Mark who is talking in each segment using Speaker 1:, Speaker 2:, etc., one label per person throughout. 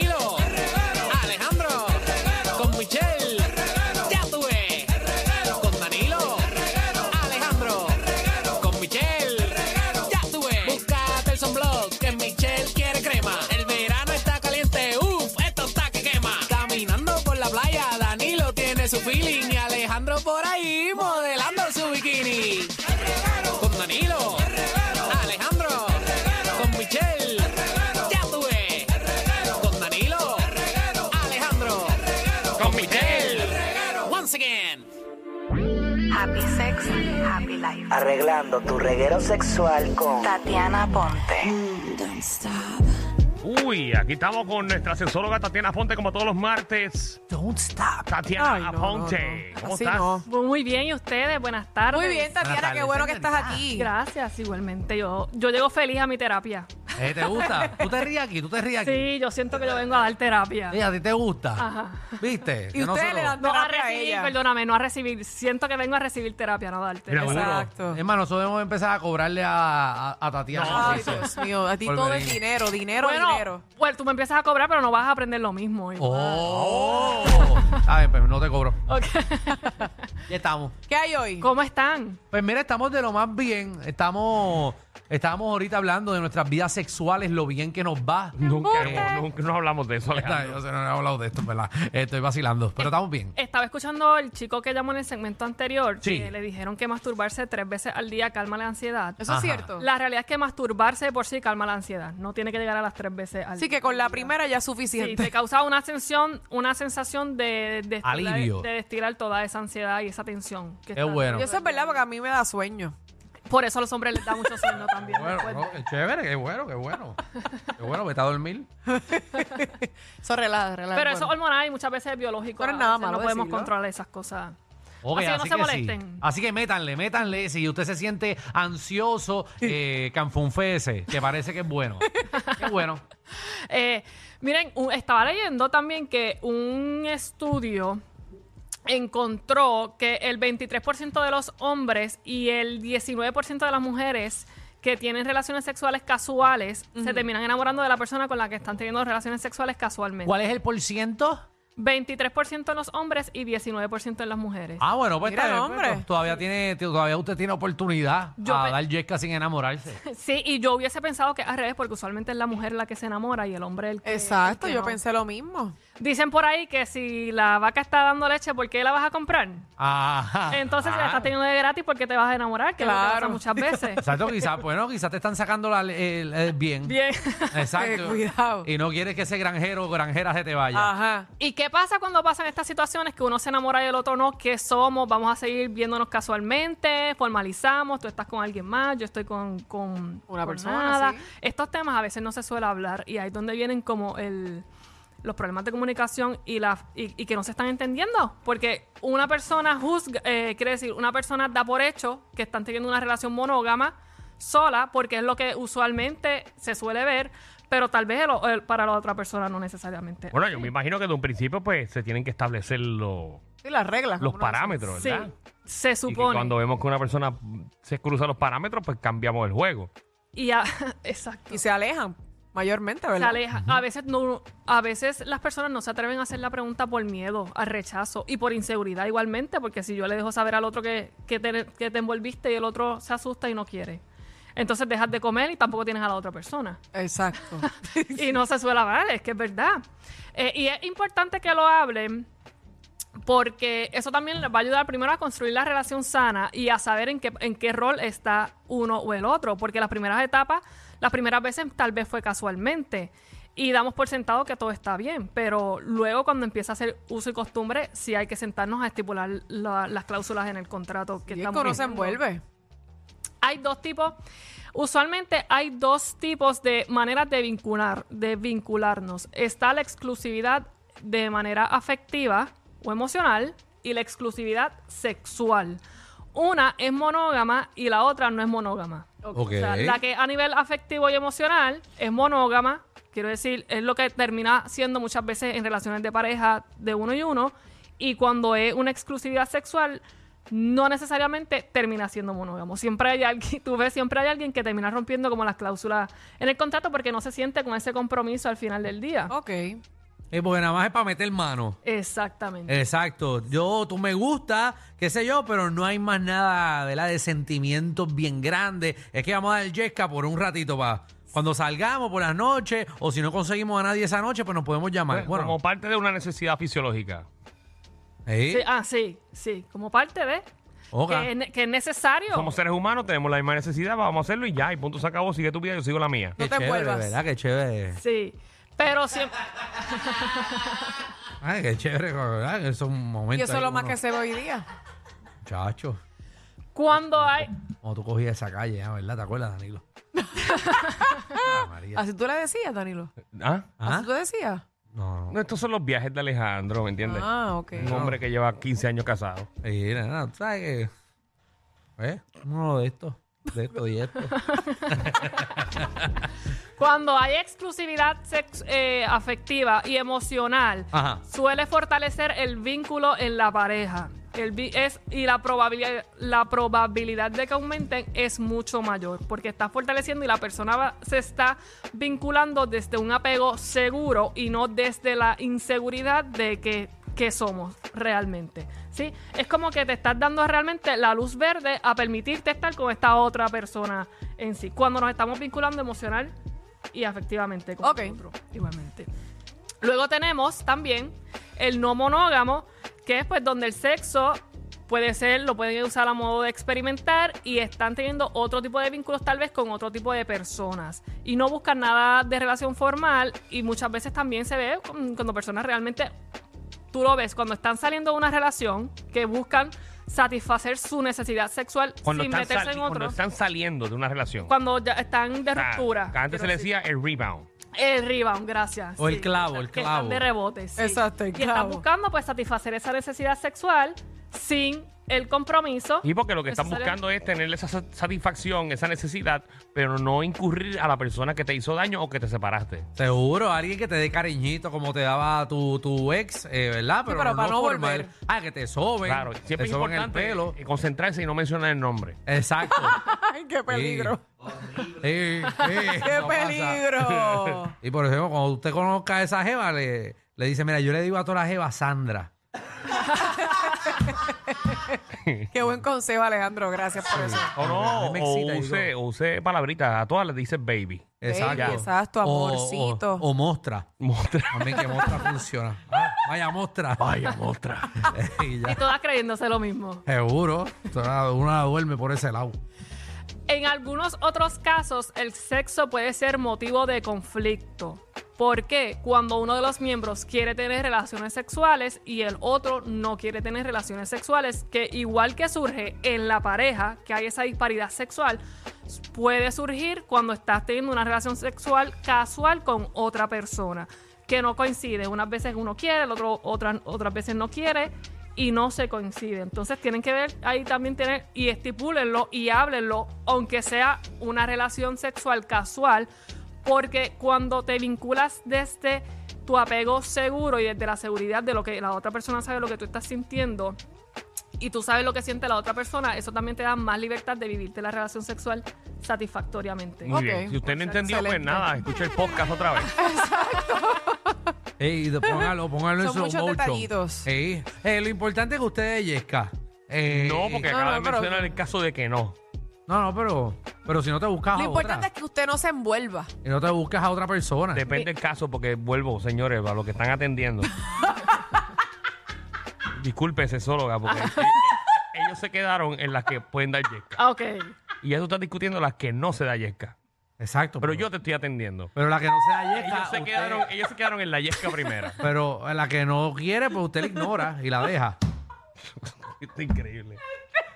Speaker 1: Danilo, Alejandro, con Michelle, ya tuve, con Danilo, Alejandro, con Michelle, ya tuve. Búscate el sunblock que Michelle quiere crema. El verano está caliente, uff, esto está que quema. Caminando por la playa, Danilo tiene su feeling y Alejandro por ahí modelando su bikini. Con Danilo, Alejandro, con Michelle, ya tuve con Danilo, Alejandro, con Miguel, once again.
Speaker 2: Happy Sex, Happy Life.
Speaker 3: Arreglando tu reguero sexual con
Speaker 2: Tatiana Ponte.
Speaker 4: Uy, aquí estamos con nuestra sexóloga Tatiana Ponte, como todos los martes.
Speaker 5: Don't stop.
Speaker 4: Tatiana
Speaker 5: Ay, no, no,
Speaker 4: Ponte.
Speaker 5: no.
Speaker 4: ¿Cómo
Speaker 5: Así
Speaker 4: estás?
Speaker 5: no.
Speaker 6: Pues Muy bien, ¿y ustedes? Buenas tardes.
Speaker 5: Muy bien, Tatiana, Ah, qué bueno que estás aquí.
Speaker 6: Gracias, igualmente. Yo, yo llego feliz a mi terapia.
Speaker 7: Eh, ¿Te gusta? ¿Tú te ríes aquí? ¿Tú te ríes aquí?
Speaker 6: Sí, yo siento que yo vengo a dar terapia.
Speaker 7: Sí, a ti te gusta.
Speaker 6: Ajá.
Speaker 7: ¿Viste?
Speaker 5: Y
Speaker 7: Que no
Speaker 5: ustedes
Speaker 7: se lo-
Speaker 5: le dan
Speaker 6: No a
Speaker 5: terapia a
Speaker 6: recibir,
Speaker 5: ella.
Speaker 6: perdóname, no a recibir. Siento que vengo a recibir terapia, no a dar
Speaker 4: Mira,
Speaker 6: terapia.
Speaker 4: bueno,
Speaker 5: Exacto.
Speaker 7: Es más, nosotros debemos empezar a cobrarle a, a, a Tatiana. por
Speaker 5: Ay,
Speaker 7: eso.
Speaker 5: Dios mío, a ti
Speaker 7: Por
Speaker 5: todo es
Speaker 7: venir.
Speaker 5: dinero, dinero,
Speaker 6: Bueno,
Speaker 5: dinero.
Speaker 6: bueno, tú me empiezas a cobrar, pero no vas a aprender lo mismo. ¿eh?
Speaker 7: ¡Oh!
Speaker 5: Ah.
Speaker 7: Está bien, pues no te cobro.
Speaker 6: Ok.
Speaker 7: Ya estamos.
Speaker 5: ¿Qué hay hoy?
Speaker 6: ¿Cómo están?
Speaker 7: Pues mira, estamos de lo más bien. Estamos, estábamos ahorita hablando de nuestras vidas sexuales, lo bien que nos va.
Speaker 4: Nunca, hemos- nunca no hablamos de eso,
Speaker 7: Está,
Speaker 4: Alejandro.
Speaker 7: Yo sé, no he hablado de esto, en ¿verdad? Estoy vacilando, pero estamos bien.
Speaker 6: Estaba escuchando el chico que llamó en el segmento anterior,
Speaker 7: Sí.
Speaker 6: que le dijeron que masturbarse tres veces al día calma la ansiedad.
Speaker 5: Eso
Speaker 7: Ajá.
Speaker 5: es cierto.
Speaker 6: La realidad es que masturbarse de por sí calma la ansiedad. No tiene que llegar a las tres veces al día.
Speaker 5: Así que con la primera ya es
Speaker 6: Sí, te
Speaker 5: suficiente.
Speaker 6: causaba una sensación, una sensación de, de, destilar-
Speaker 7: Alivio.
Speaker 6: de destilar toda esa ansiedad y esa tensión. que
Speaker 7: Qué
Speaker 6: está-
Speaker 7: bueno.
Speaker 5: Y eso es verdad porque a mí me da sueño.
Speaker 6: Por eso a los hombres les da mucho sueño también.
Speaker 7: Bueno,
Speaker 6: después
Speaker 7: no,
Speaker 6: de-
Speaker 7: qué chévere, qué bueno, qué bueno. Qué bueno, vete a dormir.
Speaker 5: Eso relaja, relaja.
Speaker 6: Pero eso es
Speaker 5: bueno.
Speaker 6: hormonal y muchas veces es biológico.
Speaker 5: Pero
Speaker 6: a
Speaker 5: nada
Speaker 6: veces
Speaker 5: malo
Speaker 6: No podemos
Speaker 5: decirlo.
Speaker 6: controlar esas cosas.
Speaker 7: Ok,
Speaker 6: Así que no se
Speaker 7: sí.
Speaker 6: molesten.
Speaker 7: Así que métanle, métanle. Si usted se siente ansioso, eh, canfunfese, que parece que es bueno. Qué bueno.
Speaker 6: Eh, miren, un- estaba leyendo también que un estudio encontró que el 23% de los hombres y el 19% de las mujeres que tienen relaciones sexuales casuales se terminan enamorando de la persona con la que están teniendo relaciones sexuales casualmente.
Speaker 7: ¿Cuál es el por ciento?
Speaker 6: 23% en los hombres y 19% en las mujeres.
Speaker 7: Ah, bueno, pues
Speaker 5: Mira,
Speaker 7: está bien,
Speaker 5: hombre.
Speaker 7: pues, todavía tiene, todavía usted tiene oportunidad
Speaker 6: Yo
Speaker 7: a
Speaker 6: pe-
Speaker 7: dar yesca sin enamorarse.
Speaker 6: Sí, y yo hubiese pensado que al revés, porque usualmente es la mujer la que se enamora y el hombre el que...
Speaker 5: Exacto,
Speaker 6: el que
Speaker 5: yo
Speaker 6: no.
Speaker 5: pensé lo mismo.
Speaker 6: Dicen por ahí que si la vaca está dando leche, ¿por qué la vas a comprar?
Speaker 7: Ajá.
Speaker 6: Entonces si la
Speaker 7: Ajá.
Speaker 6: estás teniendo de gratis porque te vas a enamorar, que
Speaker 5: Claro.
Speaker 6: es lo que pasa muchas veces.
Speaker 7: Exacto, quizás, bueno, quizás te están sacando la, el- el- bien.
Speaker 6: Bien.
Speaker 7: Exacto.
Speaker 5: Eh, cuidado.
Speaker 7: Y no quieres que ese granjero o granjera se te vaya.
Speaker 5: Ajá.
Speaker 6: ¿Y qué pasa cuando pasan estas situaciones que uno se enamora y el otro no? ¿Qué somos? ¿Vamos a seguir viéndonos casualmente? ¿Formalizamos? ¿Tú estás con alguien más? ¿Yo estoy con, con-
Speaker 5: Una
Speaker 6: con
Speaker 5: persona, sí.
Speaker 6: Estos temas a veces no se suele hablar y ahí es donde vienen como el, los problemas de comunicación y, la, y, y que no se están entendiendo. Porque una persona juzga, eh, quiere decir, una persona da por hecho que están teniendo una relación monógama sola porque es lo que usualmente se suele ver, pero tal vez el- el- para la otra persona no necesariamente.
Speaker 4: Bueno, yo me imagino que de un principio pues se tienen que establecer lo-
Speaker 5: Sí, las reglas.
Speaker 4: los
Speaker 5: ¿cómo no?
Speaker 4: parámetros, ¿verdad?
Speaker 6: Sí, se
Speaker 4: Y que
Speaker 6: supone.
Speaker 4: cuando vemos que una persona se cruza los parámetros, pues cambiamos el juego.
Speaker 6: Y a- exacto.
Speaker 5: Y se alejan, mayormente,
Speaker 6: Se
Speaker 5: ¿verdad?
Speaker 6: aleja. A veces no, a veces las personas no se atreven a hacer la pregunta por miedo, al rechazo y por inseguridad igualmente, porque si yo le dejo saber al otro que, que, te, que te envolviste y el otro se asusta y no quiere. Entonces dejas de comer y tampoco tienes a la otra persona.
Speaker 5: Exacto.
Speaker 6: y no se suele hablar, es que es verdad. Eh, y es importante que lo hablen porque eso también les va a ayudar primero a construir la relación sana y a saber en qué, en qué rol está uno o el otro, porque las primeras etapas, las primeras veces tal vez fue casualmente y damos por sentado que todo está bien, pero luego cuando empieza a ser uso y costumbre, sí hay que sentarnos a estipular la- las cláusulas en el contrato que
Speaker 5: y es
Speaker 6: estamos
Speaker 5: que uno se
Speaker 6: viviendo.
Speaker 5: envuelve.
Speaker 6: Hay dos tipos. Usualmente hay dos tipos de maneras de vincular, de vincularnos. Está la exclusividad de manera afectiva o emocional y la exclusividad sexual. Una es monógama y la otra no es monógama.
Speaker 7: Ok.
Speaker 6: O sea, la que a nivel afectivo y emocional es monógama, quiero decir, es lo que termina siendo muchas veces en relaciones de pareja de uno y uno, y cuando es una exclusividad sexual, no necesariamente termina siendo monógamo. Siempre hay alguien, tú ves, siempre hay alguien que termina rompiendo como las cláusulas en el contrato porque no se siente con ese compromiso al final del día.
Speaker 5: Ok.
Speaker 7: Eh, porque nada más es para meter mano.
Speaker 6: Exactamente.
Speaker 7: Exacto. Yo, tú me gusta, qué sé yo, pero no hay más nada ¿verdad? de sentimientos bien grandes. Es que vamos a dar yesca por un ratito para cuando salgamos por las noches o si no conseguimos a nadie esa noche, pues nos podemos llamar. Bueno,
Speaker 4: Como parte de una necesidad fisiológica.
Speaker 7: sí.
Speaker 6: Sí, ah, sí, sí, como parte de
Speaker 7: Ok.
Speaker 6: que es ne- que, es necesario.
Speaker 4: Somos seres humanos, tenemos la misma necesidad, vamos a hacerlo y ya, y punto se acabó, sigue tu vida, yo sigo la mía.
Speaker 7: Qué
Speaker 5: No te
Speaker 7: chévere,
Speaker 5: envuelvas.
Speaker 7: ¿verdad? Qué chévere.
Speaker 6: Sí, pero siempre...
Speaker 7: Ay, qué chévere, ¿verdad? Esos momentos.
Speaker 5: Y eso es
Speaker 7: ahí
Speaker 5: lo más
Speaker 7: uno-
Speaker 5: que se ve hoy día.
Speaker 7: Chacho.
Speaker 6: Cuando hay...
Speaker 7: Cuando tú cogías esa calle, ¿eh? ¿verdad? ¿Te acuerdas, Danilo? Ah, María.
Speaker 5: Así tú le decías, Danilo.
Speaker 4: ¿Ah?
Speaker 7: ¿Ah?
Speaker 5: Así tú decías.
Speaker 7: No, no.
Speaker 4: No, estos son los viajes de Alejandro, ¿me entiendes?
Speaker 5: Ah, ok.
Speaker 4: Un hombre que lleva 15 años casado.
Speaker 7: Sí, nada, nada, tú sabes que. ¿Eh? Uno de estos. De esto y esto.
Speaker 6: Cuando hay exclusividad sex- eh, afectiva y emocional,
Speaker 7: Ajá.
Speaker 6: suele fortalecer el vínculo en la pareja. El vi- es, y la probabilidad, la probabilidad de que aumenten es mucho mayor, porque está fortaleciendo y la persona va- se está vinculando desde un apego seguro y no desde la inseguridad de que, que somos realmente. ¿sí? Es como que te estás dando realmente la luz verde a permitirte estar con esta otra persona en sí, cuando nos estamos vinculando emocional y afectivamente con
Speaker 5: Ok.
Speaker 6: nosotros, igualmente. Luego tenemos también el no monógamo, que es pues donde el sexo puede ser, lo pueden usar a modo de experimentar y están teniendo otro tipo de vínculos tal vez con otro tipo de personas y no buscan nada de relación formal y muchas veces también se ve con- cuando personas realmente, tú lo ves, cuando están saliendo de una relación que buscan satisfacer su necesidad sexual
Speaker 4: Cuando,
Speaker 6: sin
Speaker 4: están,
Speaker 6: meterse
Speaker 4: sali-
Speaker 6: en
Speaker 4: cuando
Speaker 6: otro,
Speaker 4: están saliendo de una relación.
Speaker 6: cuando ya están de
Speaker 4: O sea,
Speaker 6: ruptura.
Speaker 4: que antes se le
Speaker 6: quiero
Speaker 4: decía el rebound.
Speaker 6: el rebound, gracias.
Speaker 7: O el clavo, el
Speaker 6: Que están
Speaker 7: clavo.
Speaker 6: de rebote. sí.
Speaker 5: Exacto, el
Speaker 6: Y están
Speaker 5: clavo.
Speaker 6: buscando pues satisfacer esa necesidad sexual sin el compromiso.
Speaker 4: Y porque lo que están
Speaker 6: Necesario.
Speaker 4: buscando es tener esa sa- satisfacción, esa necesidad, pero no incurrir a la persona que te hizo daño o que te separaste.
Speaker 7: Seguro, alguien que te dé cariñito como te daba tu, tu ex, eh, ¿verdad?
Speaker 5: pero para no volver.
Speaker 7: Ah, que te soben.
Speaker 4: Claro, siempre
Speaker 7: te
Speaker 4: es
Speaker 7: soben el
Speaker 4: importante
Speaker 7: pelo.
Speaker 4: eh, concentrarse y no mencionar el nombre.
Speaker 7: Exacto.
Speaker 5: Ay, qué peligro.
Speaker 7: Sí, sí,
Speaker 5: ¡Qué
Speaker 7: no pasa.
Speaker 5: peligro!
Speaker 7: Y por ejemplo, cuando usted conozca a esa jeva, le, le dice, mira, yo le digo a toda la jeva Sandra.
Speaker 5: Qué buen consejo, Alejandro. Gracias por eso.
Speaker 4: O
Speaker 7: A
Speaker 4: Oh, no,
Speaker 7: mí me
Speaker 4: o
Speaker 7: excita,
Speaker 4: use,
Speaker 7: digo.
Speaker 4: o use palabritas. A todas les dices baby.
Speaker 7: Exacto.
Speaker 5: exacto,
Speaker 7: O- o-
Speaker 5: amorcito.
Speaker 7: O, mostra.
Speaker 4: Mostra.
Speaker 7: También que mostra funciona. Ah, vaya mostra. Vaya mostra.
Speaker 6: Y todas creyéndose lo mismo.
Speaker 7: Seguro. Una, una duerme por ese lado.
Speaker 6: En algunos otros casos, el sexo puede ser motivo de conflicto. ¿Por qué? Cuando uno de los miembros quiere tener relaciones sexuales y el otro no quiere tener relaciones sexuales, que igual que surge en la pareja, que hay esa disparidad sexual, puede surgir cuando estás teniendo una relación sexual casual con otra persona, que no coincide. Unas veces uno quiere, el otro, otras, otras veces no quiere y no se coincide. Entonces tienen que ver, ahí también tienen, y estipúlenlo y háblenlo, aunque sea una relación sexual casual, porque cuando te vinculas desde tu apego seguro y desde la seguridad de lo que la otra persona sabe lo que tú estás sintiendo y tú sabes lo que siente la otra persona, eso también te da más libertad de vivirte la relación sexual satisfactoriamente.
Speaker 4: Muy
Speaker 5: Ok.
Speaker 4: bien. Si usted no
Speaker 5: Excelente.
Speaker 4: entendió, pues nada, escuche el podcast otra vez.
Speaker 7: Ey, de- póngalo, póngalo en
Speaker 5: Son
Speaker 7: slow
Speaker 5: muchos
Speaker 7: motion.
Speaker 5: detallitos.
Speaker 7: Ey, eh, lo importante es que usted es yesca. Eh,
Speaker 4: No, porque
Speaker 5: No,
Speaker 4: acaba
Speaker 5: no,
Speaker 4: de
Speaker 5: pero-
Speaker 4: mencionar el caso de que no.
Speaker 7: No, no, pero, pero si no te buscas
Speaker 5: Lo
Speaker 7: a
Speaker 5: importante
Speaker 7: otra.
Speaker 5: es que usted no se envuelva.
Speaker 7: Y no te buscas a otra persona.
Speaker 4: Depende del caso, porque vuelvo, señores, a los que están atendiendo. Disculpe, sexóloga, porque e, ellos se quedaron en las que pueden dar yesca.
Speaker 6: Ah, Ok.
Speaker 4: Y ya tú estás discutiendo las que no se da yesca.
Speaker 7: Exacto.
Speaker 4: Pero yo te estoy atendiendo.
Speaker 7: Pero la que no sea yesca.
Speaker 4: Ellos se
Speaker 7: usted-
Speaker 4: quedaron, ellos se quedaron en la yesca primera.
Speaker 7: Pero a la que no quiere, pues usted la ignora y la deja.
Speaker 4: Esto es increíble.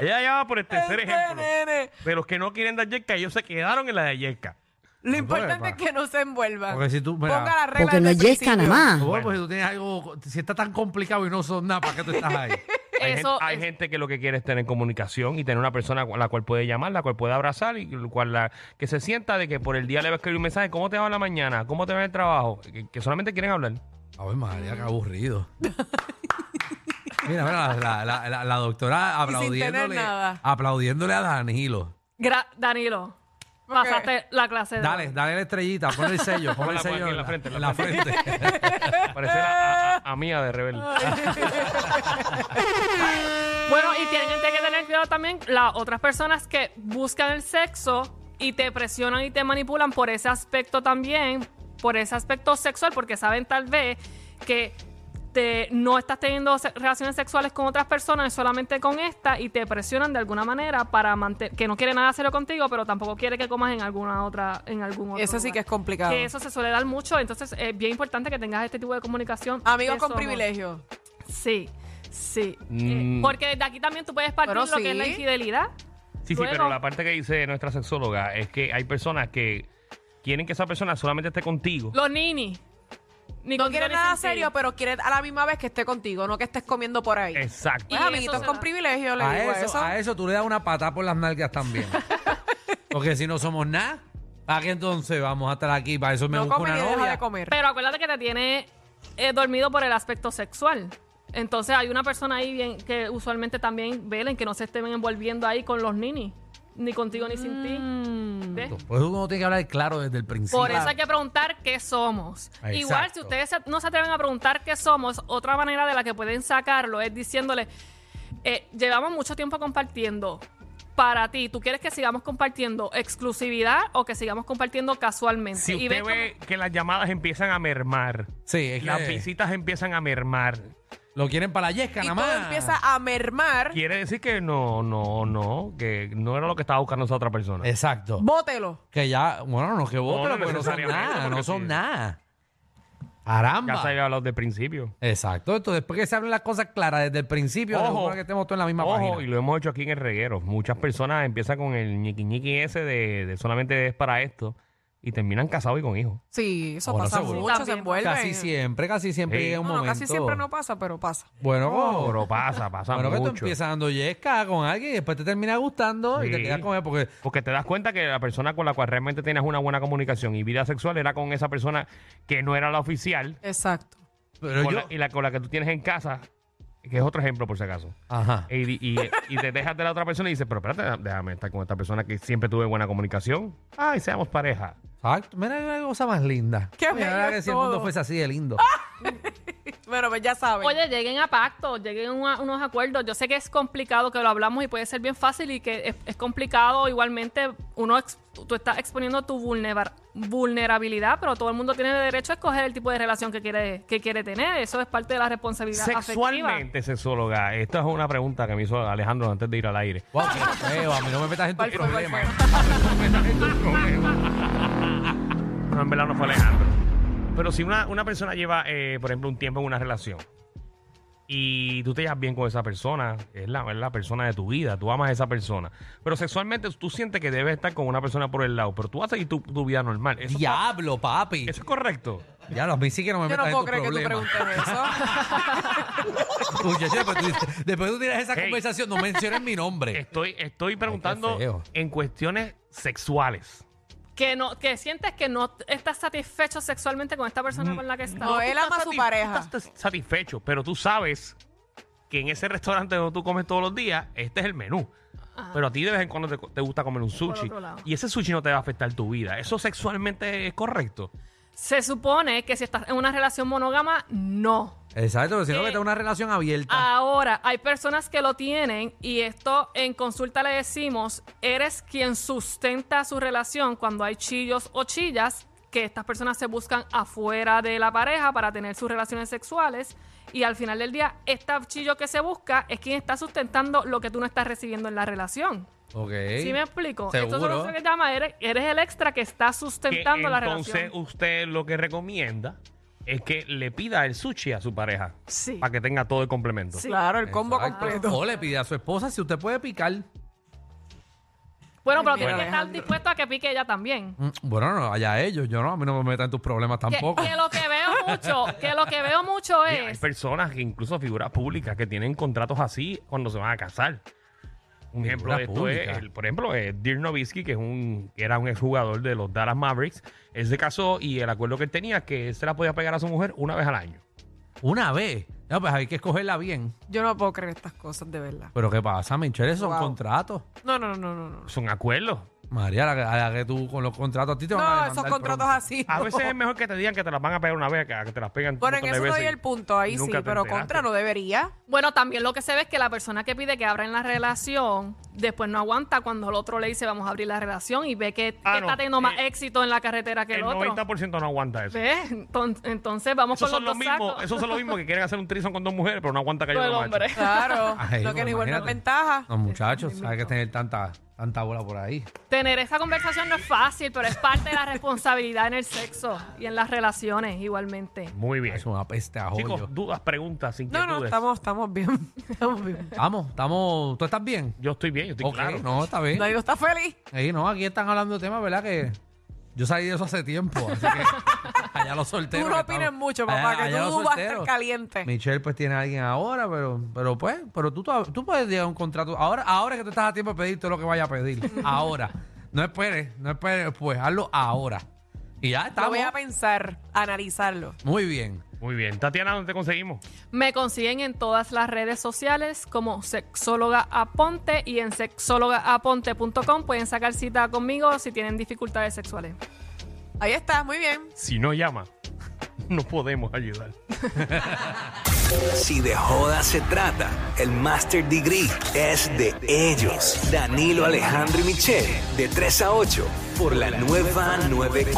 Speaker 4: Ella ya va por el tercer
Speaker 5: Este
Speaker 4: ejemplo.
Speaker 5: nene.
Speaker 4: De los que no quieren dar yesca, ellos se quedaron en la de yesca.
Speaker 5: Lo importante
Speaker 7: pa.
Speaker 5: es que no se envuelva.
Speaker 7: Porque si tú- mira,
Speaker 5: Ponga la regla
Speaker 8: Porque no
Speaker 5: desde el
Speaker 4: Ah,
Speaker 8: yesca nada
Speaker 7: pues,
Speaker 5: principio.
Speaker 8: más.
Speaker 7: Bueno, pues si tú tienes algo, si está tan complicado y no son nada, ¿para qué tú estás ahí?
Speaker 4: Hay,
Speaker 6: Eso
Speaker 4: gente, hay
Speaker 6: es-
Speaker 4: gente que lo que quiere es tener comunicación y tener una persona a la cual puede llamar, la cual puede abrazar y la cual la- que se sienta de que por el día le va a escribir un mensaje, ¿cómo te va la mañana? ¿Cómo te va el trabajo? Que, que solamente quieren hablar.
Speaker 7: A ver, María, qué aburrido. Mira, mira, la, la- la- la doctora
Speaker 5: Y sin tener
Speaker 7: aplaudiéndole,
Speaker 5: nada.
Speaker 7: aplaudiéndole a Danilo.
Speaker 6: Gra- Danilo, pasaste la clase de
Speaker 7: Dale, dale la estrellita, pon el sello, pon el
Speaker 4: Ponla por aquí
Speaker 7: sello
Speaker 4: en la frente, en la
Speaker 7: en la frente.
Speaker 4: Parecer a, a- a- a mía de rebelde.
Speaker 6: Bueno, y tienen que tener cuidado también las otras personas que buscan el sexo y te presionan y te manipulan por ese aspecto también, por ese aspecto sexual, porque saben tal vez que te, no estás teniendo se- relaciones sexuales con otras personas, es solamente con esta, y te presionan de alguna manera para mantener, que no quiere nada serio contigo, pero tampoco quiere que comas en alguna otra, en algún otro
Speaker 5: Eso sí
Speaker 6: lugar.
Speaker 5: que es complicado.
Speaker 6: Que eso se suele dar mucho, entonces es bien importante que tengas este tipo de comunicación.
Speaker 5: Amigos
Speaker 6: Eso,
Speaker 5: con
Speaker 6: amor.
Speaker 5: privilegio.
Speaker 6: Sí, sí. Eh,
Speaker 4: Mm.
Speaker 6: porque desde aquí también tú puedes partir
Speaker 5: Pero
Speaker 6: lo que es la
Speaker 5: sí.
Speaker 6: infidelidad.
Speaker 4: Sí, sí,
Speaker 6: Luego-
Speaker 4: pero la parte que dice nuestra sexóloga es que hay personas que quieren que esa persona solamente esté contigo.
Speaker 6: Los nini. Ni
Speaker 5: No
Speaker 6: contigo
Speaker 5: quiere
Speaker 6: ni
Speaker 5: nada
Speaker 6: sin ti.
Speaker 5: serio, pues. pero quiere a la misma vez que esté contigo, no que estés comiendo por ahí.
Speaker 4: Exacto.
Speaker 5: Pues,
Speaker 6: Y
Speaker 5: amiguitos
Speaker 6: eso se
Speaker 5: con
Speaker 6: da.
Speaker 5: privilegio, le
Speaker 7: A
Speaker 5: digo
Speaker 7: eso,
Speaker 5: eso.
Speaker 7: a eso tú le das una patada por las nalgas también. Porque si no somos nada, ¿para qué entonces vamos a estar aquí? Para eso me
Speaker 5: no
Speaker 7: busco
Speaker 5: come
Speaker 7: una
Speaker 5: ni deja de
Speaker 7: novia.
Speaker 5: comer.
Speaker 6: Pero acuérdate que te tiene eh, dormido por el aspecto sexual. Entonces hay una persona ahí bien que usualmente también velen que no se estén envolviendo ahí con los nini. Ni contigo ni sin
Speaker 5: Mm.
Speaker 6: ti. ¿Ves?
Speaker 7: Por eso Pues uno tiene que hablar claro desde el principio.
Speaker 6: Por eso hay que preguntar qué somos.
Speaker 7: Exacto.
Speaker 6: Igual, si ustedes se- no se atreven a preguntar qué somos, otra manera de la que pueden sacarlo es diciéndole, eh, llevamos mucho tiempo compartiendo. Para ti, ¿tú quieres que sigamos compartiendo exclusividad o que sigamos compartiendo casualmente?
Speaker 4: Si usted
Speaker 6: ves cómo-
Speaker 4: ve que las llamadas empiezan a mermar,
Speaker 7: Sí, es
Speaker 4: las
Speaker 7: que
Speaker 4: visitas empiezan a mermar,
Speaker 7: lo quieren para la yesca
Speaker 5: y
Speaker 7: nada
Speaker 5: todo
Speaker 7: más.
Speaker 5: empieza a mermar,
Speaker 4: quiere decir que no, no, no, que no era lo que estaba buscando esa otra persona.
Speaker 7: Exacto.
Speaker 5: bótelo.
Speaker 7: Que ya, bueno, no que vos,
Speaker 4: No,
Speaker 7: pero
Speaker 4: no
Speaker 7: porque no son
Speaker 4: necesariamente,
Speaker 7: nada,
Speaker 4: porque
Speaker 7: no son
Speaker 4: sí.
Speaker 7: nada.
Speaker 4: Ya se había
Speaker 7: Caramba.
Speaker 4: hablado desde el principio.
Speaker 7: Exacto. Entonces, después que se hablen las cosas claras desde el principio, se supone que estemos todos en la misma
Speaker 4: ojo,
Speaker 7: página.
Speaker 4: y lo hemos hecho aquí en el reguero. Muchas personas empiezan con el ñiqui ñiqui ese de, de solamente es para esto y terminan casados y con hijos.
Speaker 5: Sí, eso
Speaker 7: Ahora
Speaker 5: pasa
Speaker 7: seguro.
Speaker 5: mucho, se
Speaker 6: También.
Speaker 5: envuelve.
Speaker 7: Casi siempre, casi siempre
Speaker 4: Sí.
Speaker 7: llega un
Speaker 5: No, no,
Speaker 7: momento.
Speaker 5: casi siempre no pasa, pero pasa.
Speaker 7: Bueno,
Speaker 4: Oh,
Speaker 7: ojo.
Speaker 4: pero pasa, pasa
Speaker 7: Bueno, que tú
Speaker 4: mucho.
Speaker 7: empiezas dando yesca con alguien y después te termina gustando y te
Speaker 4: Sí.
Speaker 7: quedas con él porque
Speaker 4: Porque te das cuenta que la persona con la cual realmente tenías una buena comunicación y vida sexual era con esa persona que no era la oficial
Speaker 5: Exacto.
Speaker 7: pero
Speaker 4: con
Speaker 7: yo-
Speaker 4: la- y la con la que tú tienes en casa, que es otro ejemplo por si acaso.
Speaker 7: Ajá.
Speaker 4: Y, y- y te dejas de la otra persona y dices, pero espérate, déjame estar con esta persona que siempre tuve buena comunicación. Ay, seamos pareja.
Speaker 7: Exacto. Mira qué cosa más linda.
Speaker 5: Qué
Speaker 7: Mira,
Speaker 5: bello
Speaker 7: ahora
Speaker 5: es
Speaker 7: que si el mundo
Speaker 5: todo.
Speaker 7: fuese así de lindo.
Speaker 5: Bueno, pues ya saben.
Speaker 6: Oye, lleguen a pactos, lleguen a unos acuerdos. Yo sé que es complicado, que lo hablamos y puede ser bien fácil y que es, es complicado. Igualmente, uno ex- tú estás exponiendo tu vulnera- vulnerabilidad, pero todo el mundo tiene derecho a escoger el tipo de relación que quiere, que quiere tener. Eso es parte de la responsabilidad afectiva.
Speaker 4: Sexualmente, sexóloga. Esta es una pregunta que me hizo Alejandro antes de ir al aire.
Speaker 7: Wow, qué feo. A mí no me metas en tus
Speaker 5: ¿Cuál fue, cuál
Speaker 7: problemas.
Speaker 4: No, en verdad no fue Alejandro. Pero si una, una persona lleva, eh, por ejemplo, un tiempo en una relación y tú te llevas bien con esa persona, es la, es la persona de tu vida, tú amas a esa persona, pero sexualmente tú sientes que debes estar con una persona por el lado, pero tú vas a seguir tu, tu vida normal. Eso, está-
Speaker 7: Diablo, papi.
Speaker 4: eso es correcto.
Speaker 7: Ya, a mí sí que no me
Speaker 5: Yo no
Speaker 7: metas en
Speaker 5: puedo
Speaker 7: tus
Speaker 5: creer que tú
Speaker 7: problemas.
Speaker 5: preguntes eso.
Speaker 7: Uy, ya, ya, pero tú- después tú tiras esa
Speaker 4: Hey.
Speaker 7: conversación, no menciones mi nombre.
Speaker 4: Estoy, estoy preguntando
Speaker 7: feo.
Speaker 4: en cuestiones sexuales.
Speaker 6: Que, no, que sientes que no estás satisfecho sexualmente con esta persona con la que estás.
Speaker 5: Mm. No, él ama a su
Speaker 4: sati-
Speaker 5: pareja.
Speaker 4: tú estás satisfecho, pero tú sabes que en ese restaurante donde tú comes todos los días, este es el menú. Pero a ti de vez en cuando te, te gusta comer un sushi.
Speaker 6: otro lado.
Speaker 4: Y ese sushi no te va a afectar tu vida. Eso sexualmente es correcto.
Speaker 6: Se supone que si estás en una relación monógama, no.
Speaker 7: Exacto, pero si no,
Speaker 6: Eh,
Speaker 7: que tengo una relación
Speaker 5: Ah,
Speaker 7: abierta.
Speaker 6: Ahora, hay personas que lo tienen y esto en consulta le decimos, eres quien sustenta su relación cuando hay chillos o chillas, que estas personas se buscan afuera de la pareja para tener sus relaciones sexuales y al final del día, este chillo que se busca es quien está sustentando lo que tú no estás recibiendo en la relación.
Speaker 7: ok.
Speaker 6: ¿Sí me explico?
Speaker 7: Seguro.
Speaker 6: Entonces, eso se llama, eres, eres el extra que está
Speaker 4: Que
Speaker 6: sustentando la
Speaker 4: entonces
Speaker 6: relación.
Speaker 4: usted lo que recomienda es que le pida el sushi a su pareja.
Speaker 6: Sí.
Speaker 4: Para que tenga todo el complemento.
Speaker 6: Sí.
Speaker 5: Claro, el combo
Speaker 7: Exacto.
Speaker 5: completo.
Speaker 7: O le pide a su esposa si usted puede picar. Mm,
Speaker 6: Bueno, pero
Speaker 5: Mira,
Speaker 6: tienes que estar
Speaker 5: Alejandro.
Speaker 6: dispuesto a que pique ella también.
Speaker 7: Mm, Bueno, no, allá ellos, yo no, a mí no me metan tus problemas
Speaker 6: Que-
Speaker 7: tampoco.
Speaker 6: Que, lo que veo es mucho, que lo que veo mucho
Speaker 4: Oye, hay
Speaker 6: es.
Speaker 4: personas que incluso figuras públicas que tienen contratos así cuando se van a casar. Un ejemplo de esto es,
Speaker 7: pública.
Speaker 4: el- por ejemplo, eh, Dirk Nowitzki, que es un, que era un exjugador de los Dallas Mavericks, él se casó y el acuerdo que él tenía es que él se la podía pegar a su mujer una vez al año.
Speaker 7: Una vez. No, pues hay que escogerla bien.
Speaker 5: Yo no puedo creer estas cosas, de verdad.
Speaker 7: Pero ¿qué pasa, Michelle? Esos son
Speaker 5: Wow.
Speaker 7: contratos.
Speaker 5: No, no, no, no, no.
Speaker 4: Son acuerdos.
Speaker 7: María, a la, que- a la que tú con los contratos a ti te van a
Speaker 5: No, esos
Speaker 7: demandar Ah,
Speaker 5: contratos
Speaker 7: pronto.
Speaker 5: así.
Speaker 4: A
Speaker 5: no.
Speaker 4: veces es mejor que te digan que te las van a pegar una vez que, que te las pegan. un
Speaker 5: Bueno, en
Speaker 4: montón de
Speaker 5: eso doy
Speaker 4: veces
Speaker 5: el punto,
Speaker 4: y
Speaker 5: ahí sí,
Speaker 4: nunca te
Speaker 5: pero
Speaker 4: enteraste.
Speaker 5: contra no debería.
Speaker 6: Bueno, también lo que se ve es que la persona que pide que abran la relación, después no aguanta cuando el otro le dice vamos a abrir la relación y ve que,
Speaker 4: Ah,
Speaker 6: que
Speaker 4: no.
Speaker 6: está teniendo más
Speaker 4: Eh,
Speaker 6: éxito en la carretera que el,
Speaker 4: El
Speaker 6: otro.
Speaker 4: 90% no aguanta eso.
Speaker 6: ¿Ves? Enton- Entonces vamos
Speaker 4: Esos
Speaker 6: con
Speaker 4: son,
Speaker 6: los
Speaker 4: los
Speaker 6: dos
Speaker 4: mismos,
Speaker 6: sacos.
Speaker 4: esos son los mismos que quieren hacer un trison con dos mujeres, pero no aguanta que
Speaker 6: Todo
Speaker 4: haya
Speaker 6: el
Speaker 4: una macho.
Speaker 6: hombre.
Speaker 5: Claro,
Speaker 7: Ay,
Speaker 5: lo que
Speaker 7: no,
Speaker 5: ni buena
Speaker 7: imagínate.
Speaker 5: ventaja.
Speaker 7: Los muchachos, hay que tener tanta, tanta bola por ahí.
Speaker 6: Tener esta conversación no es fácil, pero es parte de la responsabilidad en el sexo y en las relaciones igualmente.
Speaker 4: Muy bien.
Speaker 7: Es una peste a
Speaker 4: Chicos,
Speaker 7: joyo.
Speaker 4: dudas, preguntas,
Speaker 5: No,
Speaker 4: inquietudes.
Speaker 5: no, estamos, estamos bien. Estamos bien.
Speaker 7: Vamos, estamos. ¿Tú estás bien?
Speaker 4: Yo estoy bien, yo estoy
Speaker 7: Ok,
Speaker 4: claro.
Speaker 7: no, está bien.
Speaker 5: Nadie está feliz.
Speaker 7: Ey, no, aquí están hablando de temas, ¿verdad? Que yo salí de eso hace tiempo, así que allá los solteros.
Speaker 5: Tú no
Speaker 7: que
Speaker 5: opines
Speaker 7: estamos- Ah,
Speaker 5: mucho, papá, que
Speaker 7: allá
Speaker 5: tú vas
Speaker 7: los
Speaker 5: a estar
Speaker 7: solteros.
Speaker 5: caliente.
Speaker 7: Michelle pues tiene a alguien ahora, pero, pero pues, pero tú, to- tú puedes llegar a un contrato. Ahora, ahora que tú estás a tiempo de pedir todo lo que vaya a pedir. ahora. No esperes, no esperes después, hazlo ahora. Y ya
Speaker 5: Lo
Speaker 7: estamos.
Speaker 5: voy a pensar, analizarlo.
Speaker 7: Muy bien.
Speaker 4: Muy bien. Tatiana, ¿dónde te conseguimos?
Speaker 6: Me consiguen en todas las redes sociales como Sexóloga Aponte y en sexólogaaponte.com pueden sacar cita conmigo si tienen dificultades sexuales.
Speaker 5: Ahí está, muy bien.
Speaker 4: Si no llama, no podemos ayudar.
Speaker 8: Si de joda se trata, el Master Degree es de ellos. Danilo Alejandro y Michelle, de 3 a 8, por la nueva 94.